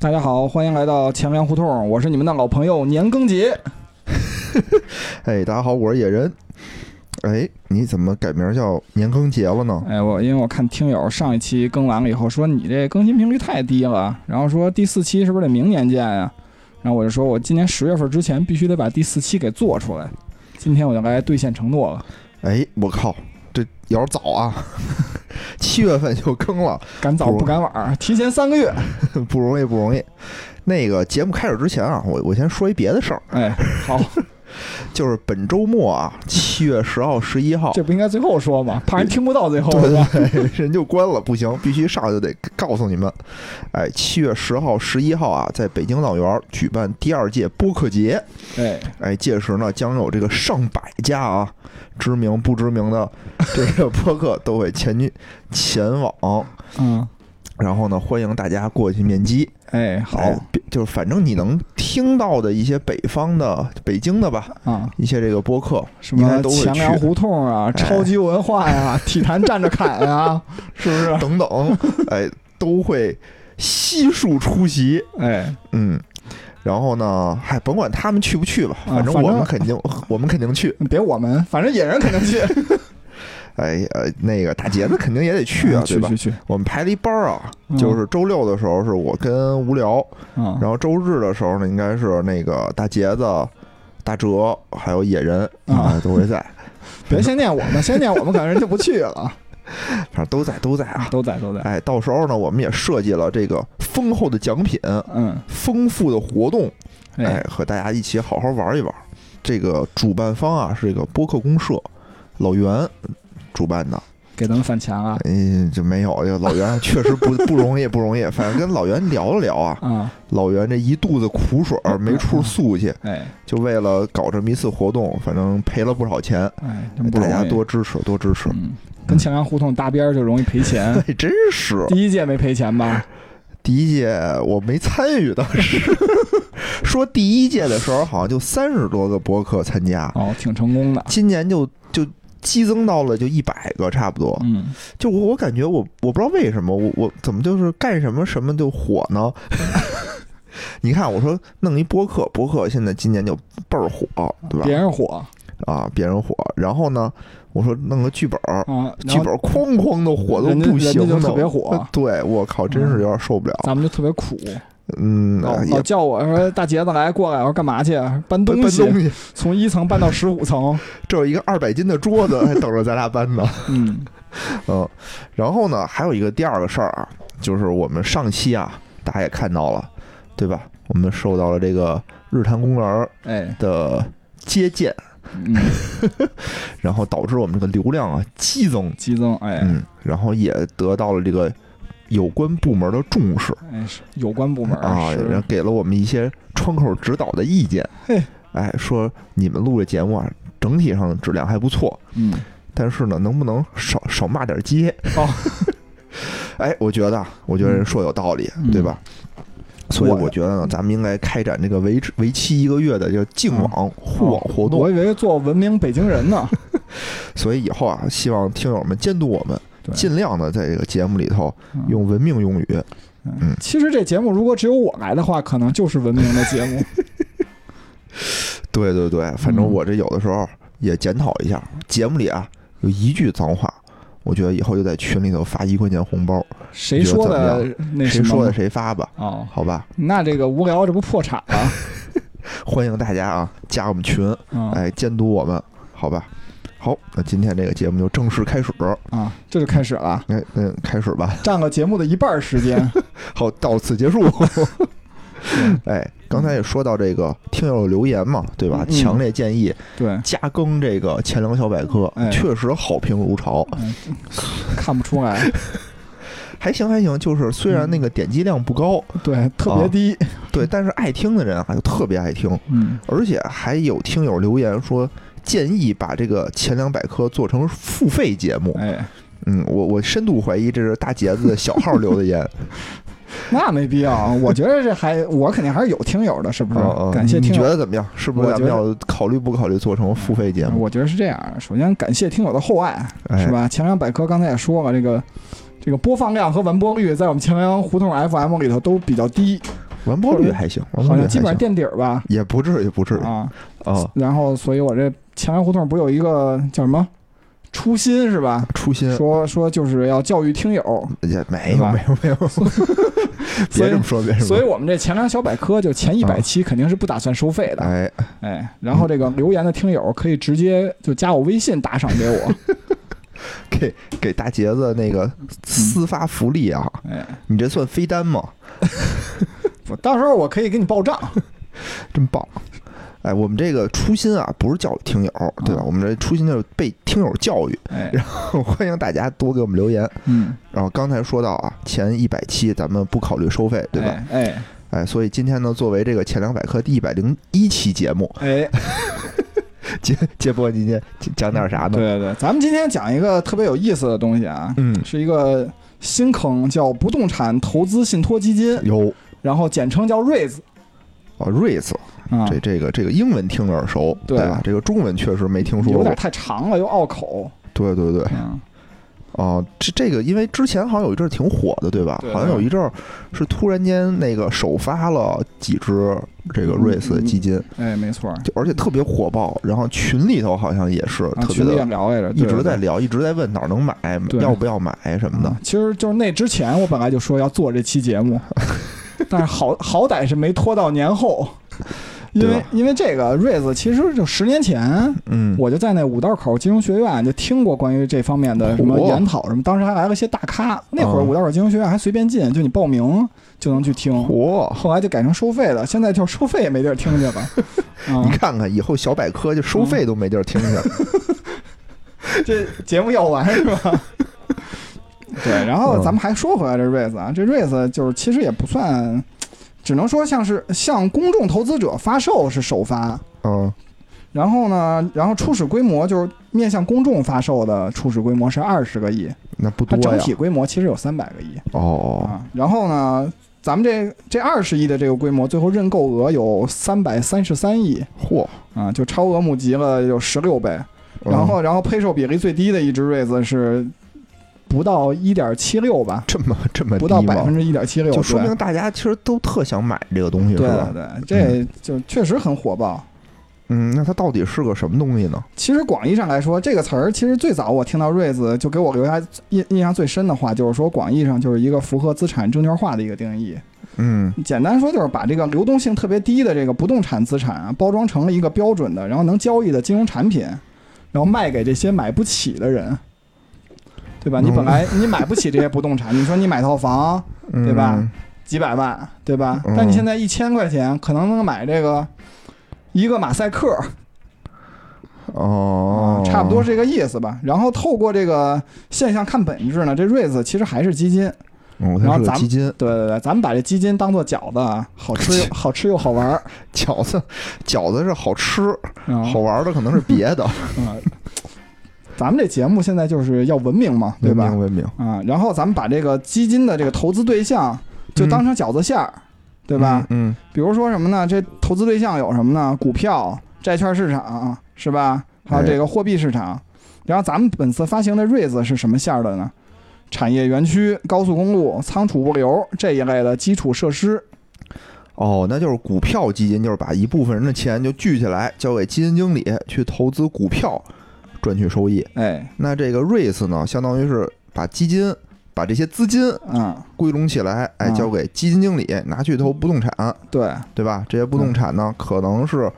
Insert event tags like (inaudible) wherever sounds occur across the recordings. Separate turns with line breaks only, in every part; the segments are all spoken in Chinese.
大家好，欢迎来到前粮胡同，我是你们的老朋友年更杰。
哎，大家好，我是野人。哎，你怎么改名叫年更节了呢？
哎，我因为我看听友上一期更完了以后说你这更新频率太低了，然后说第四期是不是得明年见呀、然后我就说我今年十月份之前必须得把第四期给做出来。今天我就来兑现承诺了，
哎，我靠，这有点早啊， (laughs) 七月份就更了，
赶早不赶晚，提前三个月。
不容易，不容易。那个节目开始之前啊，我我先说一别的事儿，
哎，好，
就是本周末啊，七月十号、十一号，
这不应该最后说吗？怕人听不到最后是吧？
人就关了，不行，必须上来就得告诉你们。哎，七月十号、十一号啊，在北京浪园举办第二届播客节。
哎，
哎，届时呢，将有这个上百家啊，知名不知名的 (laughs) 这个播客都会前去前往，
嗯，
然后呢，欢迎大家过去面基。
哎，好
哎，别就是反正你能听到的一些北方的、北京的吧，
啊，
一些这个播客，
什么
应该都会
前粮
去
胡同啊、超级文化呀、 (laughs) 体坛站着侃啊，是不是？
等等，哎，都会悉数出席。
哎，
嗯，然后呢，嗨，甭管他们去不去吧，
啊
反正
反
我
正
们肯定， (laughs) 我们肯定去。
别我们，反正野人肯定去，
哎呃，那个大杰子肯定也得
(laughs)
去啊，对
去
吧
去？去，
我们排了一班儿啊，
嗯
就是周六的时候是我跟无聊，
啊
然后周日的时候呢，应该是那个大杰子、大哲还有野人
啊
啊都会在，
别先念我们，先念我们，可能人就不去
(laughs)
了。
反正都在都在啊。
都在都在，
哎，到时候呢，我们也设计了这个丰厚的奖品、
嗯，
丰富的活动，哎
哎，，
和大家一起好好玩一玩。这个主办方啊是这个播客公社，老袁主办的。
给咱们返钱啊
嗯，就没有这个老袁确实不 (laughs) 不容易，不容易。反正跟老袁聊了聊啊，
啊，
老袁这一肚子苦水
嗯
儿没处诉去，
哎
就为了搞这么一次活动，反正赔了不少钱。
哎，真不
大
容易，
家多支持，多支持。 (laughs)。
嗯，跟前粮胡同搭边儿就容易赔钱
哎，真是
第一届没赔钱
(laughs)
吧？
第一届我没参与，当时 (laughs) 说第一届的时候好像就三十多个博客参加，
哦，挺成功的。
今年就就激增到了就一百个差不多。
嗯，
就我我感觉我我不知道为什么我我怎么就是干什么什么就火呢？ (laughs) 你看我说弄一播客，播客现在今年就倍儿火，对吧？
别人火
啊，别人火。然后呢，我说弄个剧本儿，
啊，然
剧
后
本儿哦哐哐的火都
人家
不行
人家
的，
就特别火嗯
对，我靠，真是有点受不了。
咱们就哦特别苦，
嗯，
老
哎
老
也
叫我说大杰子来过来，我说干嘛去？啊搬
搬
东
东
西，
西，
从一层搬到十五
(laughs)
层。
这有一个二百斤的桌子还等着咱俩搬呢。
嗯，
嗯，然后呢，还有一个第二个事儿啊，就是我们上期啊，大家也看到了，对吧？我们受到了这个日坛公园儿
哎，
的接见，
嗯，
然后导致我们这个流量啊激增，
激增，哎，
嗯，然后也得到了这个有关部门的重视。
哎，是有关部门儿
啊，
是
然后给了我们一些窗口指导的意见
嘿。
哎，说你们录这节目啊，整体上质量还不错，
嗯，
但是呢，能不能少少骂点街？
哦，
(laughs) 哎，我觉得，啊，我觉得人说有道理，
嗯
对吧？所以
我
我觉得呢，咱们应该开展这个为为期一个月的叫净网互网活动。
嗯哦我以为做文明北京人
(laughs)
呢。
所以以后啊，希望听友们监督我们，
对
尽量的在这个节目里头
嗯
用文明用语。嗯
其实这节目如果只有我来的话，可能就是文明的节
(laughs)
目。
对对对，反正
嗯
我这有的时候也检讨一下，节目里啊有一句脏话，我觉得以后就在群里头发一块钱红包，
谁说的那什
谁
么
说的谁发吧，
哦，
好吧？
那这个无聊，这不破产
(laughs)
了？
欢迎大家啊加我们群，
嗯
哎，监督我们，好吧？好，那今天这个节目就正式开始，
啊，这就开始了，
哎，嗯，开始吧。 (laughs)
占了节目的一半儿时间。
好，到此
(laughs)
结束。哎，刚才也说到这个听友留言嘛，对吧？
嗯嗯
强烈建议
对，
加更这个《钱粮小百科
哎》，
确实好评如潮。
哎看不出来，
还行还行，就是虽
嗯
然那个点击量不高，
对，特
啊
别低。
对，但是爱听的人啊就特别爱听，
嗯，
而且还有听友留言说建议把这个前两百科做成付费节目。
哎，
嗯，我我深度怀疑这是大杰子的小号留
(laughs)
的言。
那没必要。我觉得这还，我肯定还是有听友的，是不是？
嗯嗯
哦感谢
你
听
觉
友。
得怎么样？是不是
我
咱
觉
们
得
要考虑不考虑做成付费节目？
我觉得是这样。首先感谢听友的厚爱，
哎
是吧？前两百科刚才也说了，这个这个播放量和完播率在我们前粮胡同 FM 里头都比较低，
完播率还行，完
好
播率还
像基本上
行，
垫底儿吧。
也不至于，不至于
啊，
啊。
然后所以我这前来胡同不有一个叫什么初心是吧？
初心
说说就是要教育听友，
也没
对
有
吧
没有没有，
所
(laughs) 别
以
这么说，别这么
所以
说。
我们这前粮小百科就前一百
啊
期肯定是不打算收费的，
哎，
哎，然后这个留言的听友可以直接就加我微信打赏给
(laughs)
我，
给给大杰子那个私发福利啊！
嗯哎，
你这算飞单吗？
我到时候我可以给你
(laughs)
报账，
真棒！哎，我们这个初心啊，不是教育听友，对吧？
啊
我们这初心就是被听友教育， (laughs)
哎，
欢迎大家多给我们留言。
嗯，
然后刚才说到啊，前一百期咱们不考虑收费，对吧？
哎？
哎，所以今天呢，作为这个前两百课第一百零一期节目，
哎哎，
接接波今天讲点啥
对对
呢？
对，咱们今天讲一个特别有意思的东西啊，
嗯，
是一个新坑，叫不动产投资信托基金，
有
然后简称叫 REITs
哦，REITs，
啊，
这这个这个英文听着耳熟，
对
吧？这个中文确实没听说
有
过
点。太长了又拗口，
对对对，
嗯，
哦，这这个因为之前好像有一阵儿挺火的，对吧？
对
好像有一阵儿是突然间那个首发了几只这个
嗯
REITs 基金，
哎，没错儿，
就而且特别火爆，然后群里头好像也是
啊，
特别
群里也
的，
聊来着，
一
对
直
对
在
对
聊，一直在问哪儿能买，
对
要不要买什么的。
啊其实就是那之前我本来就说要做这期节
(laughs)
目，但是好好歹是没拖到年后，因
对啊
为
吧
因为这个瑞子其实就十年前。
嗯，
我就在那五道口金融学院就听过关于这方面的什么
嚯
研讨什么，当时还来了些大咖。那会儿
啊
五道口金融学院还随便进，就你报名就能去听。
哇，
后来就改成收费了，现在就收费也没地儿听去
(laughs)
了。
你
啊，嗯
看看以后小百科就收费都没地儿听去
(laughs)
了。
这节目要完是吧？
(laughs)
对，然后
嗯
咱们还说回来这瑞子啊，这瑞子就是其实也不算，只能说像是向公众投资者发售是首发，
嗯
然后呢，然后初始规模就是面向公众发售的初始规模是二十个亿，
那不
它
多
整
呀。
体规模其实有三百个亿
哦，
啊。然后呢，咱们这这二十亿的这个规模，最后认购额有三百三十三亿
嚯！
啊，就超额募集了有十六倍。
嗯
然
哦
后，然后配售比例最低的一只瑞子是不到一点七六吧
嗯，这么这么低
不到
吗
百分之一点七六，
就说
对
明大家其实都特想买这个东西，是
对
吧？
对，这就确实很火爆。
嗯，那它到底是个什么东西呢？
其实广义上来说，这个词儿其实最早我听到瑞子就给我留下印印象最深的话，就是说广义上就是一个符合资产证券化的一个定义。
嗯
简单说就是把这个流动性特别低的这个不动产资产啊，包装成了一个标准的，然后能交易的金融产品，然后卖给这些买不起的人，对吧？
嗯
你本来你买不起这些不动产，你说你买套房
嗯
对吧几百万，对吧
嗯？
但你现在一千块钱可能能买这个一个马赛克，
哦
啊，差不多是这个意思吧。然后透过这个现象看本质呢，这瑞子其实还是基金。
嗯，
然
它
后
是个
咱们
基金，
对对对，咱们把这基金当做饺子，啊，好吃又好吃又好玩儿。
饺子，饺子是好吃，
嗯
好玩的可能是别的，
啊，咱们这节目现在就是要文明嘛，对吧
文？明文明，
啊，然后咱们把这个基金的这个投资对象就当成饺子馅儿，对吧？
嗯？
比如说什么呢？这投资对象有什么呢？股票、债券市场，是吧？还有这个货币市场。然后咱们本次发行的瑞子是什么馅儿的呢？产业园区、高速公路、仓储物流这一类的基础设施。
嗯，哦，那就是股票基金，就是把一部分人的钱就聚起来，交给基金经理去投资股票，赚取收益。
哎，
那这个 REITs 呢，相当于是把基金。把这些资金
嗯，
归拢起来，哎，
嗯
交给基金经理拿去投不动产，
对
对吧？这些不动产呢，可能是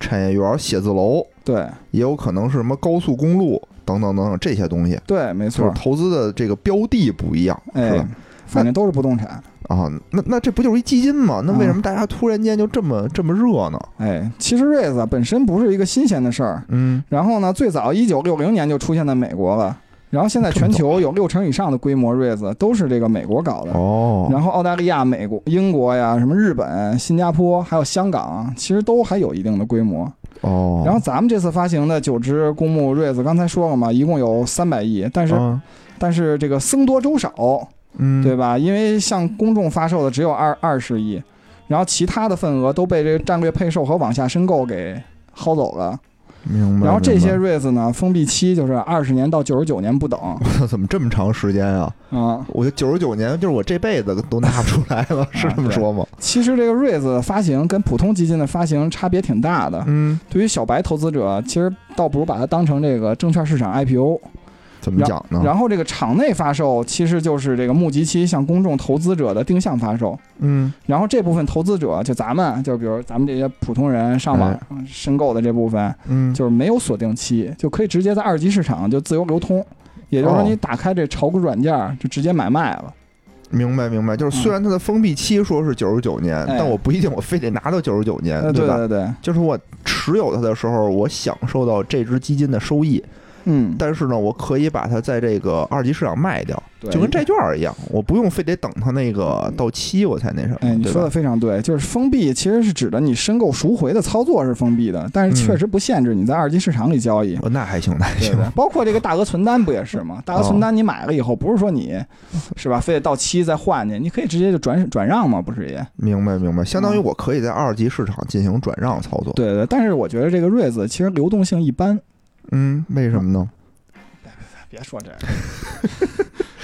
产业园、写字楼，
对
也有可能是什么高速公路等等等等这些东西，
对，没
就是
错。
投资的这个标的不一样，是
哎
吧？，
反正都是不动产。
啊，那那这不就是一基金吗？那为什
啊
么大家突然间就这么这么热呢？
哎，其实瑞子啊本身不是一个新鲜的事儿。
嗯，
然后呢，最早一九六零年就出现在美国了。然后现在全球有六成以上的规模瑞子都是这个美国搞的。
啊哦，
然后澳大利亚、美国、英国呀，什么日本、新加坡，还有香港，其实都还有一定的规模。
哦，
然后咱们这次发行的九只公募瑞子，刚才说了嘛，一共有三百亿，但是、
啊
但是这个僧多粥少，
嗯，
对吧？因为向公众发售的只有二二十亿，然后其他的份额都被这个战略配售和往下申购给薅走了。
明白。
然后这些
明
raise 呢，封闭期就是二十年到九十九年不等啊、
白 (laughs) 怎么这么长时间啊？我觉得九十九年就是我这辈子都拿不出来
(laughs)
了，是
啊
这么说吗？
其实这个 raise 的发行跟普通基金的发行差别挺大的。
嗯，
对于小白投资者，其实倒不如把它当成这个证券市场 IPO。
怎么讲呢？
然后这个场内发售其实就是这个募集期向公众投资者的定向发售。
嗯，
然后这部分投资者，就咱们，就比如咱们这些普通人上网申购的这部分，
哎嗯，
就是没有锁定期，就可以直接在二级市场就自由流通。也就是说，
哦
你打开这炒股软件儿就直接买卖了。
明白明白，就是虽然它的封闭期说是九十九年，
嗯哎
但我不一定我非得拿到九十九年，
呃，
对
对
吧？
对对，
就是我持有它的时候，我享受到这只基金的收益，
嗯，
但是呢，我可以把它在这个二级市场卖掉，
对
就跟债券儿一样，我不用非得等它那个到期我才那什么，
哎，你
对
说的
吧？
非常对，就是封闭其实是指的你申购赎回的操作是封闭的，但是确实不限制你在二级市场里交 (laughs) 易。
哦那还行，那还
对
行
不对，包括这个大额存单不也是吗？大额存单你买了以后，不是说你， (laughs) 是吧？非得到期再换去，你可以直接就转转让嘛，不是也？
(laughs) 明白明白，相当于我可以在二级市场进行转让操作。
对对。但是我觉得这个瑞子其实流动性一般，
嗯，为什么呢？
哎别说这 (laughs) 个，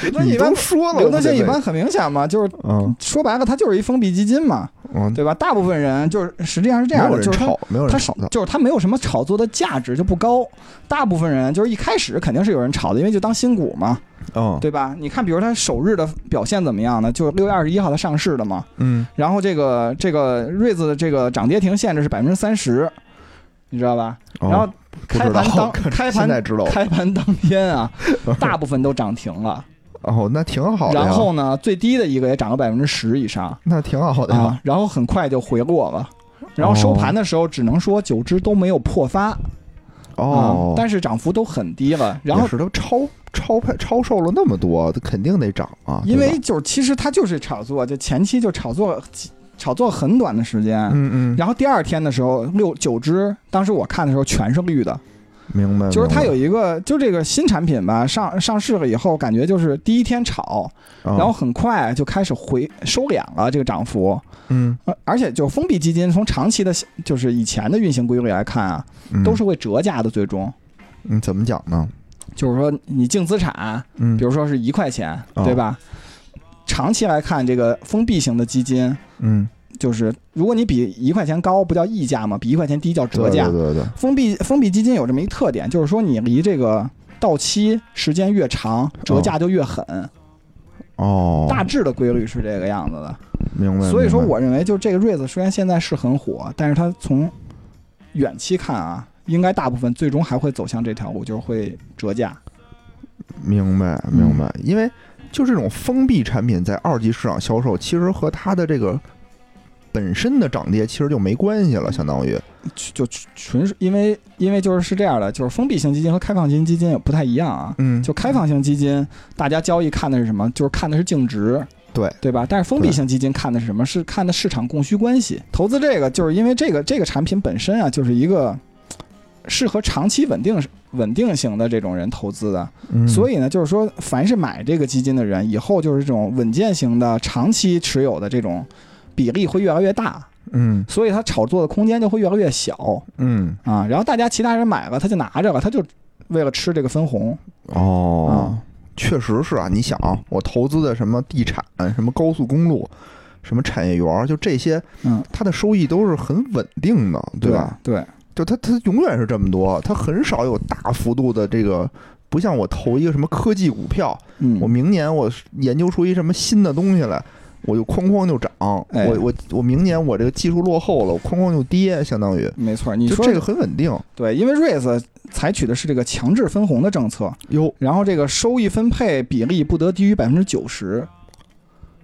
流动性
你
一般
都，说了，
流动性一
我
般
们
很明显嘛，就是
这辈子，嗯
说白了，它就是一封闭基金嘛，
嗯，
对吧？大部分人就是实际上是这
没
样
有
的，就
人
是它
炒，没有人
它
炒它。
就是它没有什么炒作的价值，就不高。大部分人就是一开始肯定是有人炒的，因为就当新股嘛，
嗯，
对吧？你看，比如它首日的表现怎么样呢？就六月二十一号它上市的嘛，
嗯，
然后这个这个瑞子的这个涨跌停限制是百分之三十，你知道吧？
哦
然后
不
开
知道
盘
(laughs)
当开
现在
盘
知道了
开盘当天啊，大部分都涨停了，
哦，那挺好的呀，
然后呢，最低的一个也涨了百分之十以上
那挺好的呀，
啊，然后很快就回落了。然后收盘的时候，只能说九只都没有破发，
哦
啊，但是涨幅都很低了。然后
也是都超超派超售了那么多，它肯定得涨啊，
因
对
为
吧
就是其实它就是炒作，就前期就炒作几炒作很短的时间。
嗯嗯，
然后第二天的时候，六九只，当时我看的时候全是绿的，
明白，
就是它
嗯明
有一个，就这个新产品吧，上上市了以后，感觉就是第一天炒，
白，
然后
啊
很快就开始回收敛了这个涨幅，
嗯，
呃而且就封闭基金从长期的就是以前的运行规律来看啊，
嗯
都是会折价的，最终
嗯，怎么讲呢？
就是说你净资产，
嗯，
比如说是一块钱，
哦
对吧？长期来看，这个封闭型的基金，
嗯，
就是如果你比一块钱高，不叫溢价吗？比一块钱低叫折
对
价。
对对对，
封闭封闭基金有这么一特点，就是说你离这个到期时间越长，折价就越狠。
哦，
大致的规律是这个样子的。
明白。明白
所以说，我认为就这个瑞子虽然现在是很火，但是它从远期看啊，应该大部分最终还会走向这条路，就是会折价。
明白
嗯
明白，因为就这种封闭产品在二级市场销售，其实和它的这个本身的涨跌其实就没关系了，相当于
就纯是因为因为就是是这样的，就是封闭型基金和开放型基金也不太一样啊。
嗯
就开放型基金，大家交易看的是什么？就是看的是净值，
对
对吧？但是封闭型基金看的是什么？是看的市场供需关系。投资这个，就是因为这个这个产品本身啊，就是一个嘖适合长期稳定稳定型的这种人投资的。所
以
以呢，就是说，凡是买这个基金的人，以后就是这种稳健型的、长期持有的这种比例会越来越大，
嗯
所以它炒作的空间就会越来越小
嗯
啊。然后大家其他人买了，他就拿着了，他就为了吃这个分红。
哦
啊，
确实是啊，你想啊，我投资的什么地产、什么高速公路、什么产业园儿，就这些，
嗯，
它的收益都是很稳定的，对啊吧？？
对。
就它它永远是这么多，它很少有大幅度的这个，不像我投一个什么科技股票，
嗯，
我明年我研究出一什么新的东西来，我就哐哐就涨，
哎
我我我明年我这个技术落后了，我哐哐就跌，相当于
没错，你
就
说
这个很稳定
对，因为 REITs 采取的是这个强制分红的政策，
哟，
然后这个收益分配比例不得低于百分之九十。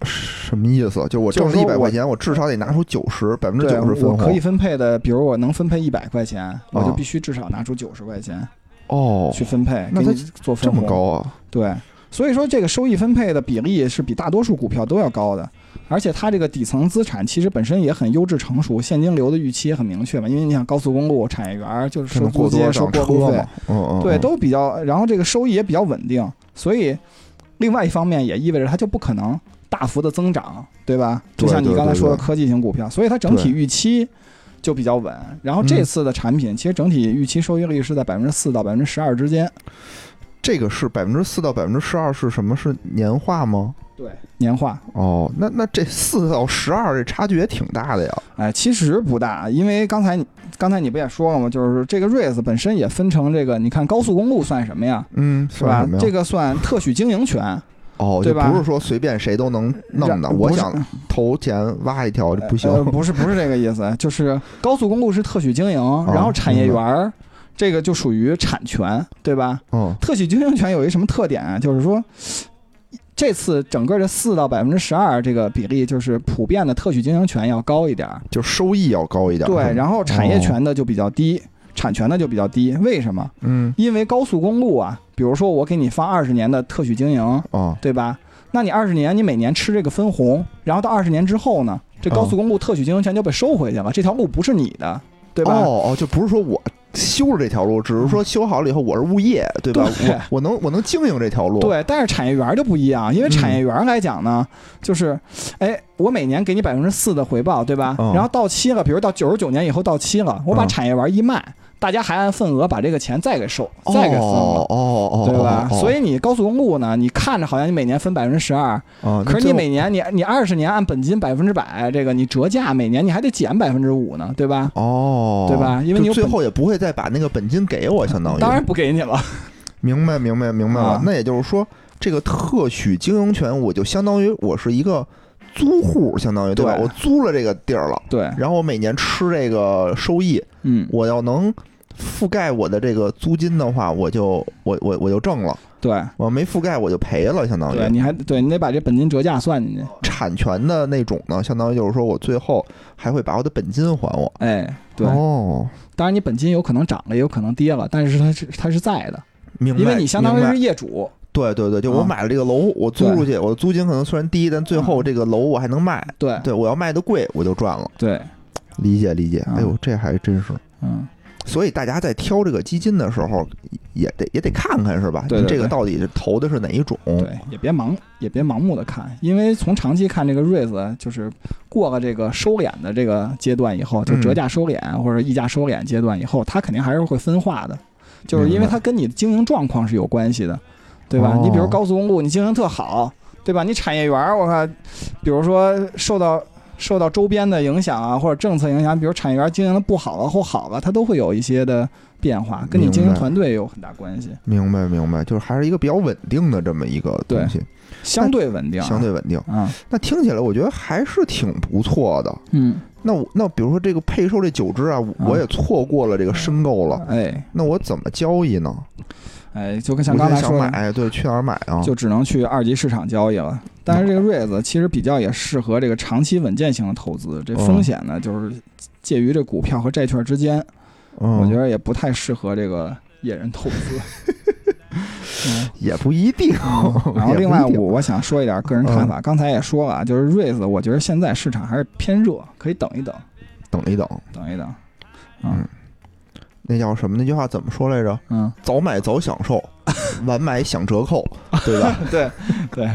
什么意思？就是我挣
就是说
了一百
我
块钱，我至少得拿出九十百分之
对，
九十
我
分
可以
红
分配的，比如我能分配一百块钱，我就
啊
必须至少拿出九十块钱
哦，
去分配，
那
给
它
你做分
这么
红。
高啊？
对，所以说这个收益分配的比例是比大多数股票都要高的，而且它这个底层资产其实本身也很优质成熟，现金流的预期也很明确嘛。因为你想高速公路、产业园儿就是
可
收
能
租
过
金、
多
收
涨
过
车
路费
嘛，，嗯嗯，
对，
嗯
都比较，然后这个收益也比较稳定，所以另外一方面也意味着它就不可能大幅的增长，对吧？就
对
像你
对
刚才
对
说的
对
科技型股票，所以它整体
对
预期就比较稳。然后这次的产品，其实整体预期收益率是在百分之四到百分之十二之间。
这个是百分之四到百分之十二是什么？是年化吗？
对，年化，
哦，那那这四到十二这差距也挺大的呀。
哎，其实不大，因为刚才你刚才你不也说了吗？就是这个 REITs 本身也分成这个，你看高速公路算什么呀？
嗯，
是吧
什么？呀？
这个算特许经营权，
哦，
对
就
吧
不是说随便谁都能弄的。
让
我
不是
想投钱挖一条就不行。
呃不是不是这个意思，就是高速公路是特许经营，
哦
然后产业园儿这个就属于产权，对吧？
嗯，
特许经营权有一什么特点啊？就是说，这次整个的四到百分之十二这个比例，就是普遍的特许经营权要高一点儿，
就收益要高一点。哦
对，，然后产业权的就比较低，产权的就比较低。为什么？
嗯，
因为高速公路啊，比如说我给你放二十年的特许经营，
哦，
对吧？那你二十年，你每年吃这个分红，然后到二十年之后呢，这高
嗯
速公路特许经营权就被收回去了，这条路不是你的，对吧？嗯
哦哦，就不是说我修着这条路，只是说修好了以后我是物业，对吧？
对
我我能我能经营这条路。，
对，但是产业园儿就不一样，因为产
嗯
业园儿来讲呢，就是，哎，我每年给你百分之四的回报，对吧？
嗯
然后到期了，比如到九十九年以后到期了，我把
嗯
产业园儿一卖，大家还按份额把这个钱再给收，再给分
哦
了。
哦哦，
对吧？所
以
以你高速公路呢，你看着好像你每年分百分之十二，
啊，那
可是
最
你
后
每年你你二十年按本金百分之百，这个你折价每年你还得减百分之五呢，对吧？
哦，
对吧因为你
就
有
最
本
后也不会再把那个本金给我，相当于
嗯当然不给你
(laughs)
了，
明白明白明白了。
啊
那也就是说，这个特许经营权，我就相当于我是一个租户，相当于对吧？
对
我租了这个地儿了，
对，
然后我每年吃这个收益，
嗯，
我要能覆盖我的这个租金的话，我就我我我就挣了。
对，
我没覆盖我就赔了，相当
对，
于
你还对你得把这本金折价算进去，
产权的那种呢，相当于就是说我最后还会把我的本金还我。
哎，对，
哦，
当然，你本金有可能涨了，也有可能跌了，但是它是它是在的，
明白，
因为你相当于
明白
是业主。
对对对，就我
啊
买了这个楼，我租出去，我的租金可能虽然低，但最
嗯
后这个楼我还能卖。
对
对，我要卖的贵，我就赚了。
对，
理解理解，
嗯
哎呦，这还真是。
嗯，
所以大家在挑这个基金的时候，也得也得看看是吧？
对对对
这个到底是投的是哪一种？
对，也别盲也别盲目的看，因为从长期看，这个瑞子就是过了这个收敛的这个阶段以后，就
嗯
折价收敛或者溢价收敛阶段以后，它肯定还是会分化的，就是因为它跟你的经营状况是有关系的，对吧？
哦
你比如高速公路，你经营特好，对吧？你产业园儿，我靠，比如说受到。受到周边的影响啊，或者政策影响，比如产业园经营的不好了或好了，它都会有一些的变化，跟你经
明
营
白
团队有很大关系，
明白明白，就是还是一个比较稳定的这么一个东西，
相对稳定啊，
相对稳定。
啊，
那听起来我觉得还是挺不错的。
嗯，
那我那比如说这个配售这九只啊，我
嗯
我也错过了这个申购了，
哎，
那我怎么交易呢？
哎，就跟
我
像刚才
就想
说的，
买，对，去哪儿买啊？
就只能去二级市场交易了。但是这个瑞子其实比较也适合这个长期稳健型的投资，这风
哦
险呢就是介于这股票和债券之间，我
我
觉得也不太适合这个野人投
(laughs)
资。嗯
也不一定。
然
(laughs)
后
也不
另外
一定嗯
我我想说一点个人看法，刚才也说了，啊就是瑞子，我觉得现在市场还是偏热，可以等一等，
等一等，
等一等。啊
嗯那叫什么？那句话怎么说来着？
嗯，
(laughs) 早买早享受， (laughs) 晚买享折扣，对吧？
对对，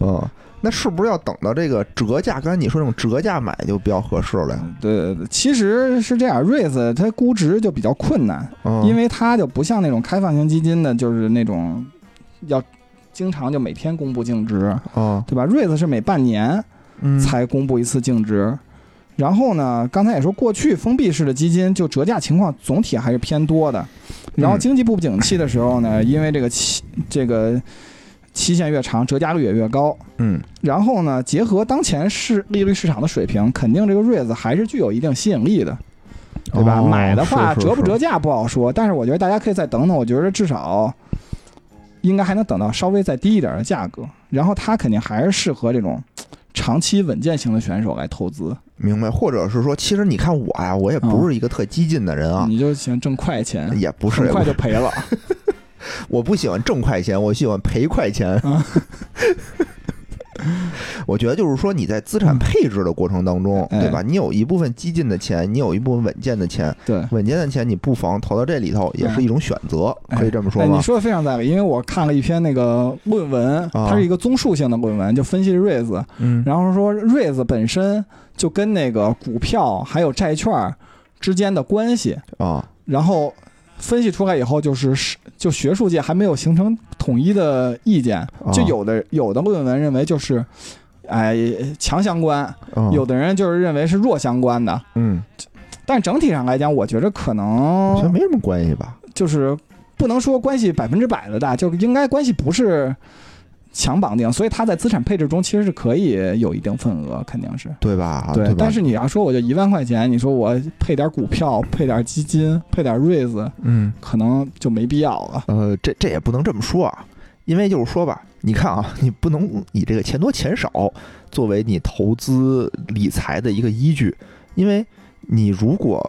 嗯，那是不是要等到这个折价？刚才你说那种折价买就比较合适了呀？
对对对，其实是这样，瑞子它估值就比较困难，
嗯，
因为它就不像那种开放型基金的，就是那种要经常就每天公布净值，
啊，
对吧？REITs 是每半年
嗯，
才公布一次净值。然后呢，刚才也说，过去封闭式的基金就折价情况总体还是偏多的。然后
嗯
经济不景气的时候呢，因为这个期这个期限越长，折价率也越高。
嗯，
然后呢，结合当前市利率市场的水平，肯定这个 REITs 还是具有一定吸引力的。对吧？
哦
买的话
是是
折不
是
折价不好说，但是我觉得大家可以再等等，我觉得至少应该还能等到稍微再低一点的价格。然后它肯定还是适合这种长期稳健型的选手来投资，
明白，或者是说，其实你看我呀，我也
嗯
不是一个特激进的人啊，哎
你就想挣快钱，
也不是
嗯很，快就赔
(laughs)
了。嗯
我不喜欢挣快钱，我喜欢赔快钱。 (laughs) 我觉得就是说你在资产配置的过程当中，
嗯
对吧？你有一部分激进的钱，你有一部分稳健的钱，
对，
稳健的钱你不妨投到这里头，也是一种选择，
哎
可以这么说
哎，
吗
你？说的非常在理，因为我看了一篇那个论文，
啊
它是一个综述性的论文，就分析了 REITs，
嗯
然后说 REITs 本身就跟那个股票还有债券之间的关系，
啊，
然后分析出来以后，就是是就学术界还没有形成统一的意见，就有的有的论文认为就是。哎，强相关，
嗯
有的人就是认为是弱相关的，
嗯，
但整体上来讲，我觉着可
我觉得
能
没什么关系吧。
就是不能说关系百分之百的大，就是应该关系不是强绑定，所以它在资产配置中其实是可以有一定份额，肯定是。
啊对吧？
对，
吧
但是你要说我就一万块钱，你说我配点股票、配点基金、配点 REITs，
嗯，
可能就没必要了。
呃，这这也不能这么说啊，因为就是说吧，你看啊，你不能以这个钱多钱少作为你投资理财的一个依据，因为你如果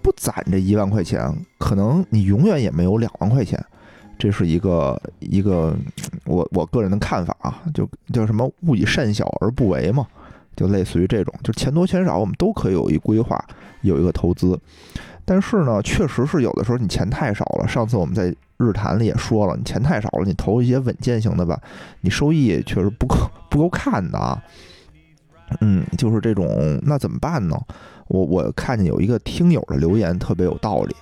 不攒这一万块钱，可能你永远也没有两万块钱。这是一个一个嗯我我个人的看法啊，就叫什么“勿以善小而不为”嘛，就类似于这种，就钱多钱少，我们都可以有一规划，有一个投资。但是呢，确实是有的时候你钱太少了。上次我们在日坛里也说了，你钱太少了，你投一些稳健型的吧，你收益确实不够 (laughs) 不够看的啊。嗯，就是这种，那怎么办呢？我我看见有一个听友的留言特别有道理，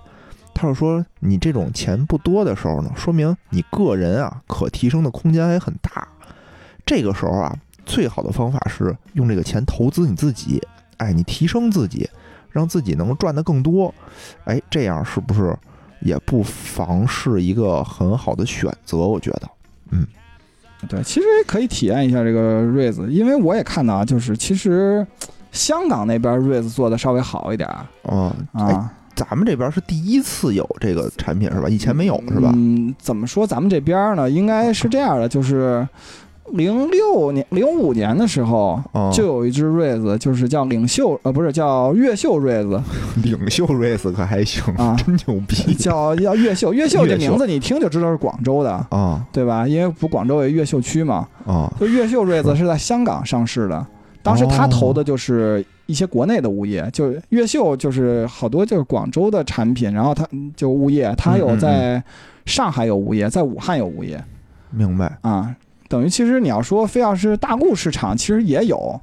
他是说你这种钱不多的时候呢，说明你个人啊可提升的空间还很大。这个时候啊，最好的方法是用这个钱投资你自己，哎，你提升自己，让自己能赚得更多，哎，这样是不是也不妨是一个很好的选择？我觉得，
对，其实可以体验一下这个 REITs，因为我也看到，啊，就是其实香港那边 REITs 做的稍微好一点儿
嗯，哎，
啊，
咱们这边是第一次有这个产品是吧？以前没有是吧？
嗯，怎么说？咱们这边儿呢，应该是这样的，就是零六年、零五年的时候。
哦，
就有一只瑞子，就是叫领袖，呃，不是叫越秀瑞
(laughs)
子
(laughs) 领袖 race 可还行，
啊
真牛
(laughs)
逼
叫叫越秀。越秀这名字你一听就知道是广州的，
啊
对吧？因为不广州有越秀区嘛，
啊！
就越秀瑞子是在香港上市的，当时他投的就是一些国内的物
哦
业，就是越秀就是好多就是广州的产品，然后他就物
嗯
业，他有在上海有物业，在武汉有物业
明白，
啊，等于其实你要说非要是大陆市场，其实也有。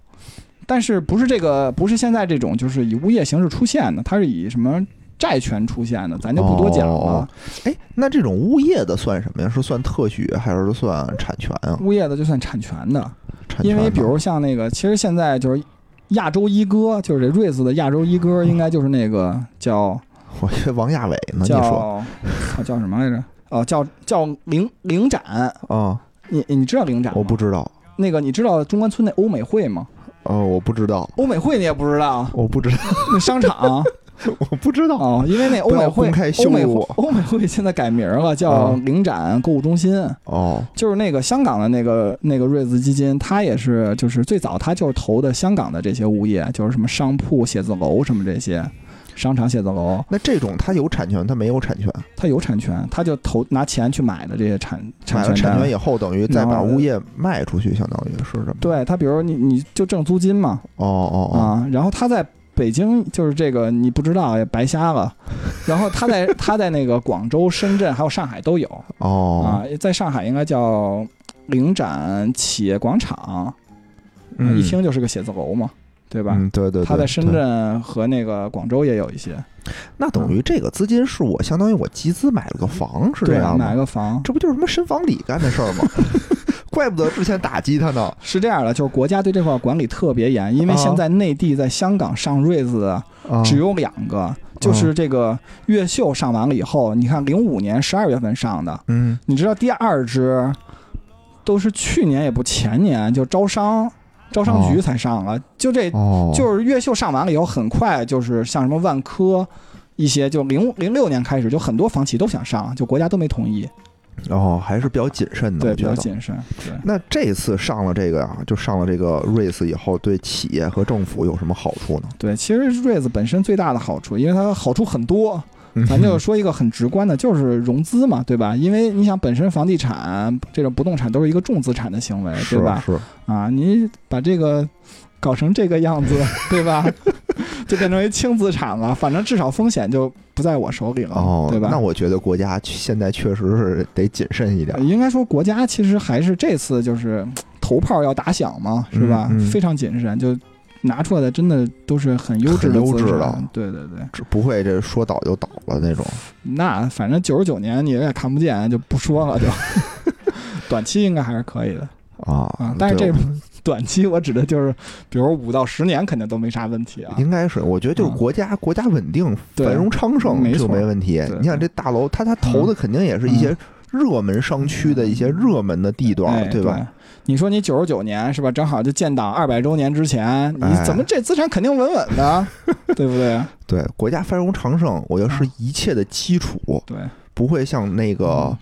但是不是这个，不是现在这种，就是以物业形式出现的，它是以什么债权出现的，咱就不多讲了。
哦哎，那这种物业的算什么呀？是算特许还是算产权啊？
物业的就算产权的，
产权
因为
呢
比如像那个，其实现在就是亚洲一哥，就是这瑞子的亚洲一哥，应该就是那个叫
我觉得王亚伟呢，
(laughs)
你
叫
说
操叫什么来着？哦，叫叫领领展，
啊？
你你知道领展吗？
我不知道，
那个，你知道中关村那欧美汇吗？
呃，我不知道，，
欧美汇你也不知道
我不知道， (laughs)
那商场啊
我不知道
哦，因为那欧
不
美
要
汇
公开
欧
羞
美
辱
汇
我
欧美汇现在改名了，叫
啊
领展购物中心。
哦
就是那个香港的那个那个瑞兹基金，它也是就是最早它就是投的香港的这些物业，就是什么商铺、写字楼什么这些，商场、写字楼，
那这种它有产权，它没有产权，
它有产权，它就投拿钱去买的这些产产
买了
权
产
单
权以后，等于再
然
把
后
物业卖出去，相当于是什么？
对它，比如你你就挣租金嘛
哦哦
啊，然后它在北京就是这个你不知道也白瞎了，
(laughs)
然后它在它在那个广州、深圳还有上海都有
哦哦，
啊，在上海应该叫领展企业广场，一听就是个写字楼嘛，对吧？
嗯，对对，
他
对
在深。
对
圳和那个广州也有一些，
那等于这个资金是我相当于我集资买了个房，是这
对，
样
买
吗？
个房
这不就是什么深房里干的事儿
(laughs)
吗？怪不得之前打击他呢。
是这样的，就是国家对这块管理特别严，因为
啊
现在内地在香港上瑞子的
啊
只有两个，就是这个越秀上完了以后，你看零五年十二月份上的，
嗯
你知道第二支都是去年也不前年，就招商招商局才上了，就这
哦，
就是越秀上完了以后，很快就是像什么万科。一些就零零六年开始，就很多房企都想上，就国家都没同意，
哦，还是比较谨慎的，
对，
我
比
觉
较
得。
谨慎。对，
那这次上了这个啊，就上了这个 REITs 以后，对企业和政府有什么好处呢？
(laughs) 对，其实 REITs 本身最大的好处，因为它好处很多，咱就说一个很直观的，就是融资嘛，对吧？因为你想，本身房地产这种不动产都是一个重资产的行为， (laughs) 对
是
吧？
嗯是，
啊，你把这个搞成这个样子，对吧？ (laughs) 就变成一轻资产了，反正至少风险就不在我手里了，
哦，
对吧？
那我觉得国家现在确实是得谨慎一点
呃。应该说国家其实还是这次就是头炮要打响嘛，是吧？
嗯嗯
非常谨慎，就拿出来的真的都是很优质的
很优
资
质
产
的
对对对。
这不会这说倒就倒了那种，
那反正九十九年你也看不见，就不说
(laughs)
了，就短期应该还是可以的
啊
啊。但是
对
这 (laughs) 短期我指的就是，比如五到十年肯定都没啥问题啊。
应该是，我觉得就是
嗯
国家、国家稳定、
对
繁荣昌盛
没
就
错
没问题
对。嗯
你想这大楼，它它投的肯定也是一些热门商区的一些热门的地段，
哎，对
吧？？
你说你九十九年是吧？正好就建党二百周年之前，你
哎
怎么这资产肯定稳稳的啊，对不对？ (laughs) 嗯
对，国家繁荣昌盛，我觉得是一切的基础，
对，
不会像那个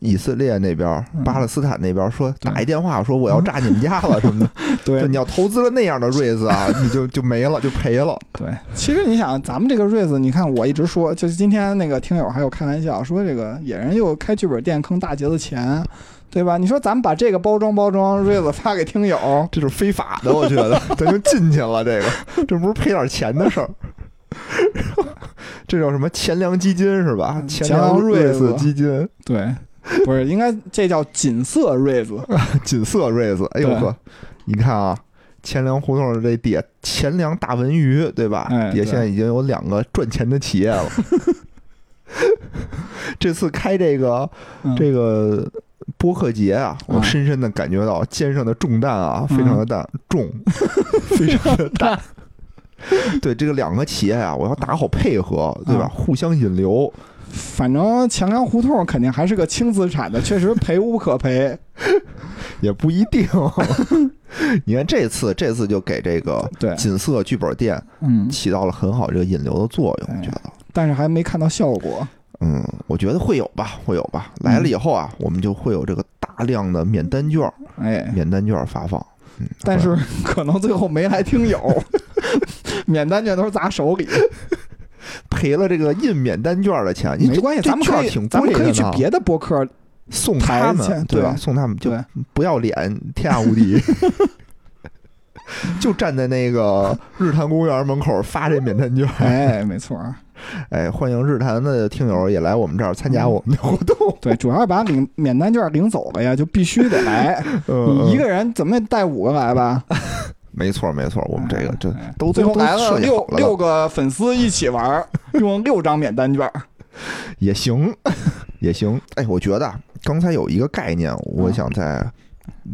以色列那边、
嗯
巴勒斯坦那边说
对
打一电话说我要炸你们家了什么的，
(laughs) 对
就你要投资了那样的瑞子
(laughs)
啊，你就就没了，就赔了。
对，其实你想，咱们这个瑞子，你看我一直说，就是今天那个听友还有开玩笑说，这个野人又开剧本店坑大杰的钱，对吧？你说咱们把这个包装包装，瑞子发给听
(laughs)
友，
这是非法的，我觉得 (laughs) 咱就进去了。这个，这不是赔点钱的事 (laughs) 儿。这叫什么钱粮基金是吧？嗯钱粮瑞
钱粮瑞
子
子
基金，
对，不是应该这叫锦瑟瑞
(laughs)
子，
锦瑟瑞子。哎呦
对
呵，你看啊，钱粮胡同这底下钱粮大文娱对吧？
哎
底
对
下现在已经有两个赚钱的企业了。 (laughs) 这次开这个
嗯、
这个播客节啊，我
嗯
深深的感觉到肩上的重担啊，非常的担
(laughs)
重，非常的大。对这个两个企业啊，我要打好配合，对吧？
嗯
互相引流，
反正钱粮胡同肯定还是个轻资产的，确实赔无可
(laughs)
赔。
也不一定。 (laughs) 你看这次，这次就给这个
对，
锦瑟剧本店
嗯，
起到了很好这个引流的作用，
哎
我觉得。
但是还没看到效果。
嗯，我觉得会有吧，会有吧。来
嗯
了以后啊，我们就会有这个大量的免单券，
哎，
免单券发放。嗯，
但是可能最后没来听友，
(laughs)
免单券都是砸手里。
赔了这个印免单券的钱，因
没
为这
关系，
这
咱们
券
可以
挺
咱们
贵
可以
的
去
呢
别的博客，
送他
抬钱
们，吧？
对
送他们
(laughs)
就
对
不要脸，天下无敌， (laughs) 就站在那个日坛公园门口发这免单券。
哎，没错儿，
哎，欢迎日坛的听友也来我们这儿参加
嗯
我们的活动。
对，主要是把领免单券领走了呀，就必须得来。
(laughs) 嗯，
你一个人怎么也带五个来吧？
没错没错，我们这个
哎
这
哎
都
最
都
后
都
来
设计
六
好了
六个粉丝一起玩儿，用六张免单券
(laughs)
儿。
也行也行。哎，我觉得啊，刚才有一个概念，我
啊
想再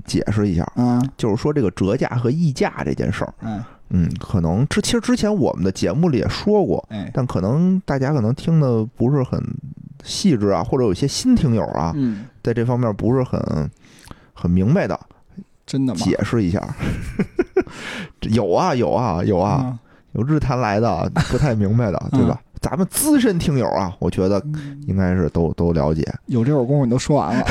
解释一下，
啊，
就是说这个折价和溢价这件事儿。
哎
嗯，可能之其实之前我们的节目里也说过，
哎，
但可能大家可能听的不是很细致啊，或者有些新听友啊，
嗯，
在这方面不是很很明白的，
真的吗？
解释一下。这 (laughs) 有啊有啊有啊，
啊，
有日坛来的不太明白的，对吧？咱们资深听友啊，我觉得
嗯
应该是都都了解。 (laughs)
有这会儿功夫你都说完了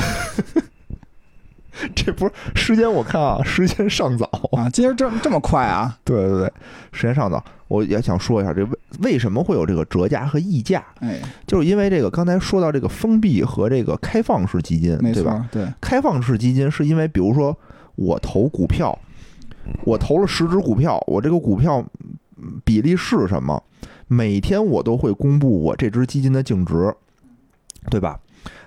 这不是时间，我看啊，时间尚早。 (laughs)
啊，今儿这这么快啊？
对对对，时间尚早。我也想说一下，这为为什么会有这个折价和溢价？
哎，
就是因为这个刚才说到这个封闭和这个开放式基金，
没
对
错
吧？
儿，对，
开放式基金是因为，比如说我投股票，我投了十只股票，我这个股票嗯比例是什么？每天我都会公布我这只基金的净值，对吧？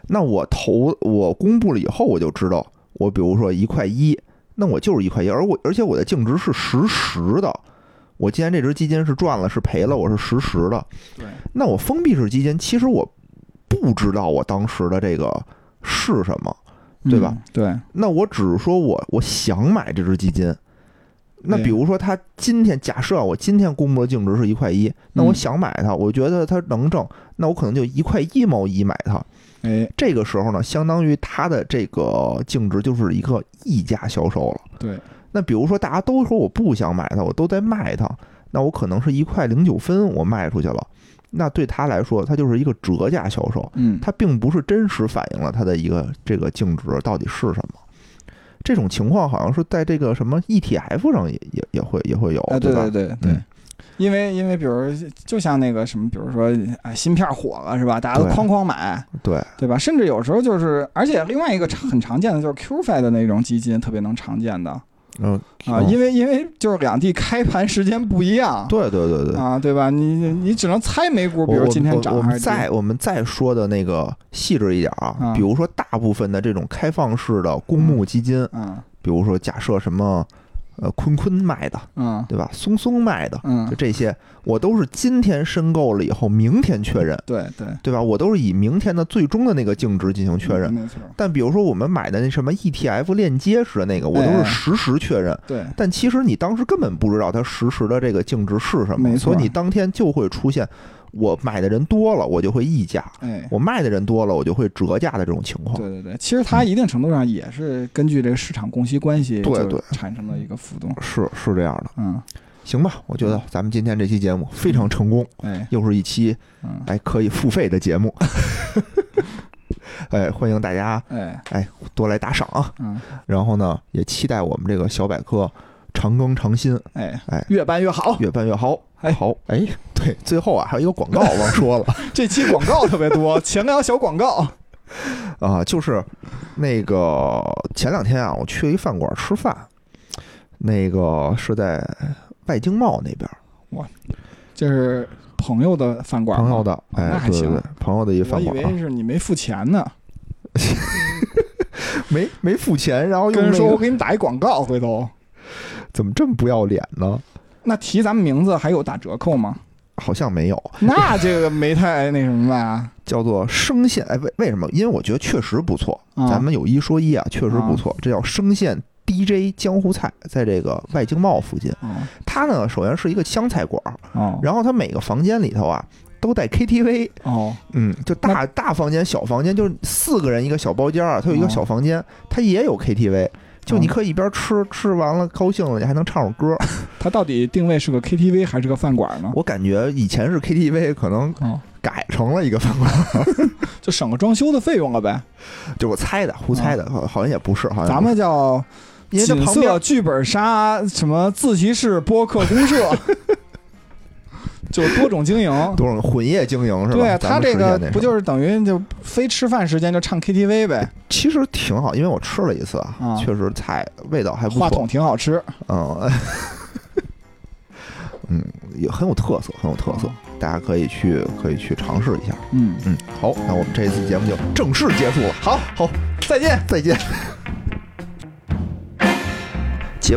那我投我公布了以后，我就知道，我比如说一块一，那我就是一块一，而我而且我的净值是实时的。我今天这只基金是赚了是赔了，我是实时的。
对，
那我封闭式基金，其实我不知道我当时的这个是什么，对吧
嗯？对，
那我只是说我我想买这只基金。那
对
比如说，它今天假设啊我今天公布的净值是一块一，那我
嗯
想买它，我觉得它能挣，那我可能就一块一毛一买它。
哎，
这个时候呢，相当于它的这个净值就是一个溢价销售了。
对，
那比如说大家都说我不想买它，我都在卖它，那我可能是一块零九分我卖出去了，那对他来说，它就是一个折价销售。
嗯，
它并不是真实反映了它的一个这个净值到底是什么。这 E 种情况好像是在这个什么 ETF 上也也也会也会有，
哎，对
吧？
对对对
嗯，
因为因为比如就像那个什么，比如说啊，芯片火了是吧？大家都
对
哐哐买，
对，
对吧？甚至有时候就是，而且另外一个常很常见的就是 QFI 的那种基金，特别能常见的
嗯
啊，因为因为就是两地开盘时间不一样，
对对对对，
啊，对吧？你你你只能猜美股，
我
比如今天
我
涨
我
还
们
是跌
再我们再说的那个细致一点啊
嗯，
比如说大部分的这种开放式的公募基金，
嗯
比如说假设什么呃坤坤卖的，
嗯
对吧？松松卖的，就
嗯，
这些，我都是今天申购了以后，明天确认，
对对，
对吧？我都是以明天的最终的那个净值进行确认。
没错，
但比如说我们买的那什么 ETF 链接式的那个，我都
哎
是
哎
实时确认。
对
但其实你当时根本不知道它实时的这个净值是什
没
么，
错
所以你当天就会出现我买的人多了，我就会溢价；
哎。
我卖的人多了，我就会折价的这种情况。
对对对，其实它一定程度上也是根据这个市场供需关系
对
就
对
产生的一个浮动。
是是这样的，
嗯，
行吧？我觉得咱们今天这期节目非常成功，
哎，
又是一期
嗯，
哎可以付费的节目。 (laughs) 哎，欢迎大家
哎，
多来打赏啊！
嗯，
然后呢，也期待我们这个小百科长更长新，
哎，
哎
越办越好。
越办越好。
哎
好，哎，对，最后啊，还有一个广告忘说
(laughs)
了
这期广
(laughs)
告特别多，前两小广告。
啊，就是那个前两天啊，我去一饭馆吃饭，那个是在外经贸那边儿
这是朋友的饭馆吗，
朋友的，
那
哎，
还
对
行
对对，朋友的一
我
饭
以
馆啊、
为是你没付钱呢，
(laughs) 没没付钱，然后
跟
用
人
那
说我
个
给你打一广告，回头
怎么这么不要脸呢？
那提咱们名字还有打折扣
(laughs)
吗？
好像没有，
那这个没太那什么吧？
叫做声线。哎，为为什么？因为我觉得确实不错，
啊
咱们有一说一啊，确实不错。这叫声线 DJ 江湖菜，在这个外经贸附近。
哦
它呢，首先是一个湘菜馆儿，
哦
然后它每个房间里头啊，都带 KTV。
哦，
嗯，就大大房间、小房间，就是四个人一个小包间儿啊，它
哦
有一个小房间，它也有 KTV。就你可以一边吃，吃完了高兴了，你还能唱首歌。
它到底定位是个 KTV 还是个饭馆呢？
我感觉以前是 KTV，可能
哦，
改成了一个饭馆，
就省个装修的费用了呗。
就我猜的，胡猜的，好好像也不是，好像
哦咱们叫
因为它
锦
旁边
瑟剧本杀什么自习室播客公
(laughs)
社，就是多种经营。
多少混业经营是吧？
对
咱
他
们
这
实
个
现那
不
什么
就是等于就非吃饭时间就唱 KTV 呗？
其实挺好，因为我吃了一次啊，
啊
确实菜味道还不
话筒
错，
挺好吃，
嗯， (laughs) 嗯，也很有特色，很有特色，
哦
大家可以去可以去尝试一下。
嗯。
嗯，好，那我们这一次节目就正式结束了。好，好，再见，再见。节